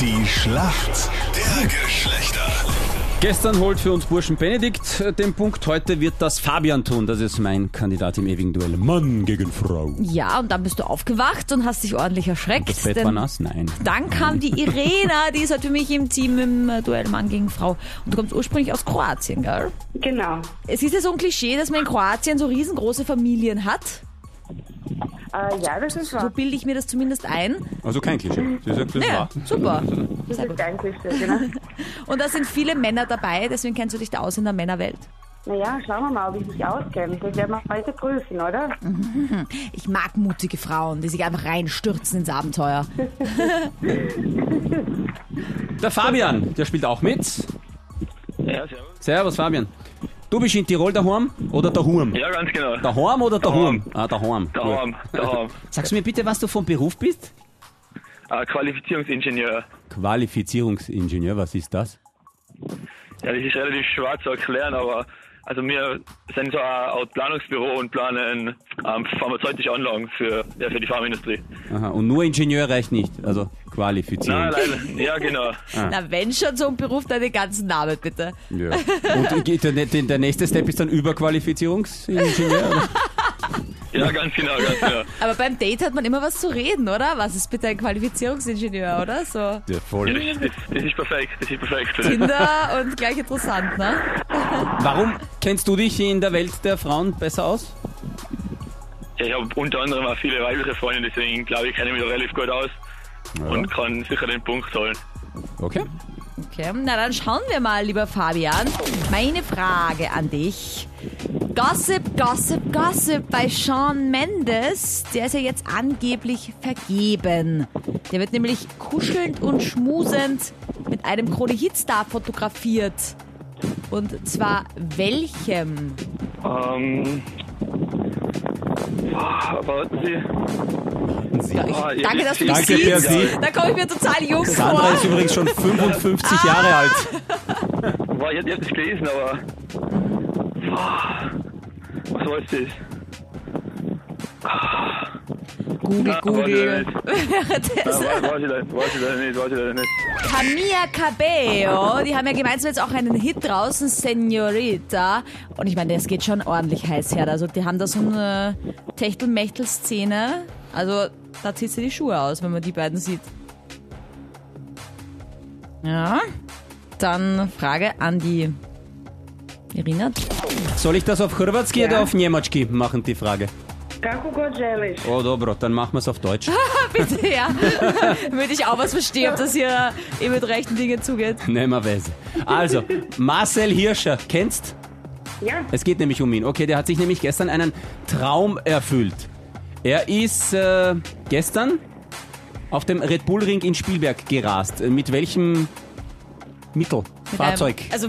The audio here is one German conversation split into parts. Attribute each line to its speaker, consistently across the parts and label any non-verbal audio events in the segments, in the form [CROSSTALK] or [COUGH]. Speaker 1: Die Schlacht der Geschlechter.
Speaker 2: Gestern holt für uns Burschen Benedikt äh, den Punkt, heute wird das Fabian tun. Das ist mein Kandidat im ewigen Duell.
Speaker 3: Mann gegen Frau.
Speaker 4: Ja, und dann bist du aufgewacht und hast dich ordentlich erschreckt.
Speaker 2: Das Bett
Speaker 4: denn
Speaker 2: war nass? Nein.
Speaker 4: Dann kam die Irena, die ist halt für mich im Team im äh, Duell Mann gegen Frau. Und du kommst ursprünglich aus Kroatien, gell?
Speaker 5: Genau.
Speaker 4: Es ist ja so ein Klischee, dass man in Kroatien so riesengroße Familien hat.
Speaker 5: Äh, ja, das ist
Speaker 4: So
Speaker 5: wahr.
Speaker 4: bilde ich mir das zumindest ein.
Speaker 2: Also kein Klischee. Sie sagt, das
Speaker 4: Ja,
Speaker 2: war.
Speaker 4: super.
Speaker 5: Das ist eigentlich so, genau.
Speaker 4: Und da sind viele Männer dabei, deswegen kennst du dich da aus in der Männerwelt.
Speaker 5: Naja, schauen wir mal, ob ich mich auskenne. Das werden wir heute prüfen, oder?
Speaker 4: Ich mag mutige Frauen, die sich einfach reinstürzen ins Abenteuer.
Speaker 2: Der Fabian, der spielt auch mit.
Speaker 6: Ja, servus.
Speaker 2: Servus Fabian. Du bist in Tirol daheim oder daheim?
Speaker 6: Ja, ganz genau.
Speaker 2: Der Horm oder der Hurm? Ah, der Horm.
Speaker 6: Daheim, daheim.
Speaker 2: Sagst du mir bitte, was du vom Beruf bist?
Speaker 6: Äh, Qualifizierungsingenieur.
Speaker 2: Qualifizierungsingenieur, was ist das?
Speaker 6: Ja, das ist relativ schwer zu erklären, aber also wir sind so ein Planungsbüro und planen ähm, pharmazeutische Anlagen für, ja, für die Pharmaindustrie.
Speaker 2: Aha, und nur Ingenieur reicht nicht, also Qualifizierung.
Speaker 6: Nein, leider. Ja, genau.
Speaker 4: Na, wenn schon so ein Beruf, deinen ganzen Namen bitte.
Speaker 2: Ja. Und geht der, der der nächste Step ist dann Überqualifizierungsingenieur?
Speaker 6: [LAUGHS]
Speaker 2: oder?
Speaker 6: Ja, ganz genau, ganz genau.
Speaker 4: Aber beim Date hat man immer was zu reden, oder? Was ist bitte ein Qualifizierungsingenieur, oder? So
Speaker 2: Ja,
Speaker 6: Ja,
Speaker 2: voll.
Speaker 6: das, das, das ist perfekt, das ist perfekt.
Speaker 4: Kinder und gleich interessant, ne?
Speaker 2: Warum kennst du dich in der Welt der Frauen besser aus?
Speaker 6: Ja, ich habe unter anderem auch viele weibliche Freunde, deswegen glaube ich, kenne ich mich da relativ gut aus und kann sicher den Punkt holen.
Speaker 2: Okay.
Speaker 4: Okay, na dann schauen wir mal, lieber Fabian. Meine Frage an dich. Gossip, Gossip, Gossip bei Sean Mendes. Der ist ja jetzt angeblich vergeben. Der wird nämlich kuschelnd und schmusend mit einem Krone-Hit-Star fotografiert. Und zwar welchem?
Speaker 6: Ähm, boah, warten Sie. Boah, ihr
Speaker 4: Danke,
Speaker 6: wisst
Speaker 4: dass du mich
Speaker 2: Ah,
Speaker 6: es.
Speaker 2: Danke,
Speaker 4: siehst.
Speaker 2: Percy.
Speaker 4: Da komme ich mir total jung
Speaker 2: Sandra
Speaker 4: vor.
Speaker 2: ist übrigens schon 55
Speaker 5: Ah.
Speaker 2: Jahre alt.
Speaker 6: Boah, ich, hab- ich hab das gelesen, aber. Boah, was war jetzt das?
Speaker 4: Google,
Speaker 6: Nein,
Speaker 4: Google.
Speaker 6: Weiß Ah, ich leider nicht, weiß ich leider nicht, weiß ich leider nicht.
Speaker 4: Camilla Cabello, die haben ja gemeinsam jetzt auch einen Hit draußen, Senorita. Und ich meine, das geht schon ordentlich heiß her. Also die haben da so eine Techtel-Mechtel-Szene. Also da zieht sie die Schuhe aus, wenn man die beiden sieht. Ja, dann Frage an die Irina. [LAUGHS]
Speaker 2: Soll ich das auf Hrvatski
Speaker 5: Ja.
Speaker 2: oder auf Njemački machen, die Frage?
Speaker 5: Kako god želiš.
Speaker 2: Oh, dobro, dann machen wir es auf
Speaker 5: [LAUGHS]
Speaker 2: Deutsch.
Speaker 4: Bitte, ja. [LAUGHS] Damit ich auch was verstehe, ob das hier eh mit rechten Dingen zugeht.
Speaker 2: Nimmerweise. Also, Marcel Hirscher, kennst?
Speaker 5: Ja,
Speaker 2: Es geht nämlich um ihn. Okay, der hat sich nämlich gestern einen Traum erfüllt. Er ist äh, gestern auf dem Red Bull Ring in Spielberg gerast. Mit welchem Mittel? Fahrzeug?
Speaker 4: Ähm, Also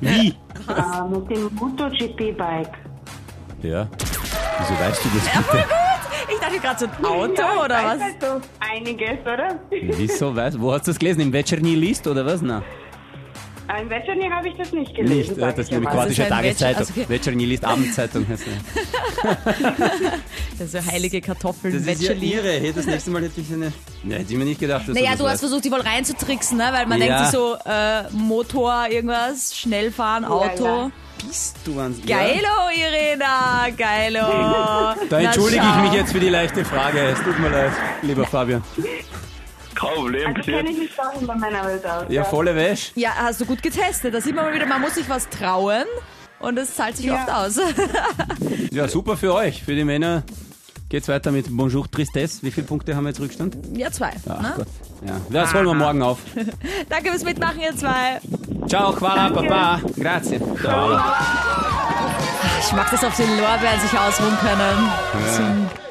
Speaker 2: Wie?
Speaker 5: äh, mit dem MotoGP-Bike.
Speaker 2: Ja. Wieso weißt du das bitte?
Speaker 4: ich dachte gerade so ein Auto
Speaker 5: ja, ich
Speaker 4: oder
Speaker 5: weiß
Speaker 4: was?
Speaker 5: Halt so einiges, oder?
Speaker 2: Wieso weißt Wo hast du das gelesen? Im Večernji List oder was? Na,
Speaker 5: Ein Wetternier habe ich das nicht gelesen.
Speaker 2: nicht. äh,
Speaker 5: sag
Speaker 2: Das ist
Speaker 5: ich
Speaker 2: nämlich
Speaker 5: einmal.
Speaker 4: quasi-
Speaker 2: kroatische
Speaker 4: ein Večer-
Speaker 2: Tageszeitung.
Speaker 4: also okay.
Speaker 2: Večernji List, Abendzeitung heißt das.
Speaker 4: Das ist ja Also heilige Kartoffeln, Vetscheli.
Speaker 2: Hey, das nächste Mal hätte ich eine... Ja, hätte ich mir nicht gedacht, dass
Speaker 4: Naja,
Speaker 2: das
Speaker 4: du hast
Speaker 2: weißt.
Speaker 4: versucht, die wohl reinzutricksen, ne? weil man
Speaker 2: Ja.
Speaker 4: denkt sich so, äh, Motor, irgendwas, Schnellfahren, Auto.
Speaker 5: ja.
Speaker 2: Bist du ans...
Speaker 4: Geilo, Irena, geilo.
Speaker 2: [LAUGHS] Da
Speaker 4: Na,
Speaker 2: entschuldige
Speaker 4: schau.
Speaker 2: ich mich jetzt für die leichte Frage. Es tut mir leid, lieber Fabian.
Speaker 6: Kein Problem,
Speaker 5: Also kenne
Speaker 6: passiert.
Speaker 5: ich mich doch in der Männerwelt aus.
Speaker 2: Ja, volle Wäsche.
Speaker 4: Ja, hast du gut getestet. Da sieht man mal wieder, man muss sich was trauen. Und es zahlt sich oft aus. [LAUGHS]
Speaker 2: Ja, super für euch. Für die Männer geht's weiter mit Bonjour Tristesse. Wie viele Punkte haben wir jetzt Rückstand?
Speaker 4: Ja, zwei.
Speaker 2: Ach
Speaker 4: ne?
Speaker 2: Gott. Ja, das
Speaker 4: Ah,
Speaker 2: holen wir morgen auf.
Speaker 4: Danke fürs Mitmachen, ihr zwei.
Speaker 2: Ciao, Quala, Papa. Grazie. Ciao.
Speaker 4: Ich mag das auf den Lorbeeren sich ausruhen können. Zum